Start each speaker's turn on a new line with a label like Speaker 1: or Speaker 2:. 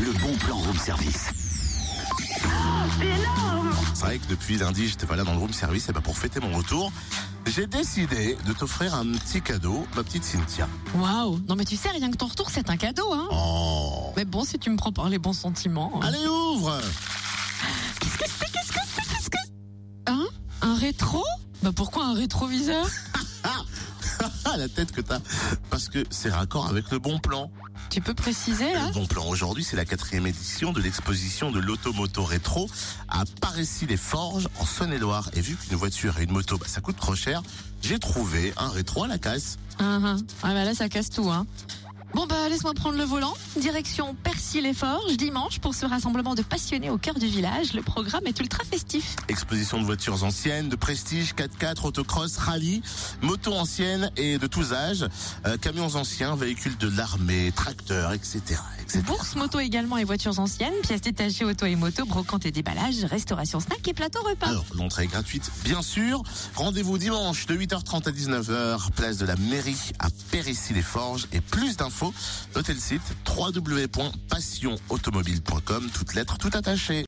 Speaker 1: le bon plan room service.
Speaker 2: C'est vrai que depuis lundi, j'étais pas là dans le room service et bah pour fêter mon retour, j'ai décidé de t'offrir un petit cadeau, ma petite Cynthia.
Speaker 3: Waouh Non mais tu sais, rien que ton retour, c'est un cadeau, hein
Speaker 2: Oh
Speaker 3: Mais bon, si tu me prends par les bons sentiments... hein.
Speaker 2: Allez, ouvre
Speaker 3: Qu'est-ce que c'est Qu'est-ce que c'est Qu'est-ce que Hein Un rétro Bah pourquoi un rétroviseur
Speaker 2: Ah, la tête que t'as Parce que c'est raccord avec le bon plan.
Speaker 3: Tu peux préciser, là
Speaker 2: Le bon plan aujourd'hui, c'est la quatrième édition de l'exposition de l'automoto rétro à Parécy-les-Forges, en Saône-et-Loire. Et vu qu'une voiture et une moto, bah, ça coûte trop cher, j'ai trouvé un rétro à la casse.
Speaker 3: Hein, hein. Ah bah là, ça casse tout, hein Bon bah laisse-moi prendre le volant. Direction Percy-les-Forges, dimanche, pour ce rassemblement de passionnés au cœur du village. Le programme est ultra festif.
Speaker 2: Exposition de voitures anciennes, de prestige, 4x4, autocross, rallye, motos anciennes et de tous âges, euh, camions anciens, véhicules de l'armée, tracteurs, etc. etc.
Speaker 3: Bourse moto également et voitures anciennes, pièces détachées auto et moto, brocante et déballage, restauration snack et plateau repas.
Speaker 2: Alors, l'entrée est gratuite, bien sûr. Rendez-vous dimanche de 8h30 à 19h, place de la mairie à Périssy-les-Forges. Et plus d'infos, notez le site www.passionautomobile.com, toutes lettres, tout attaché.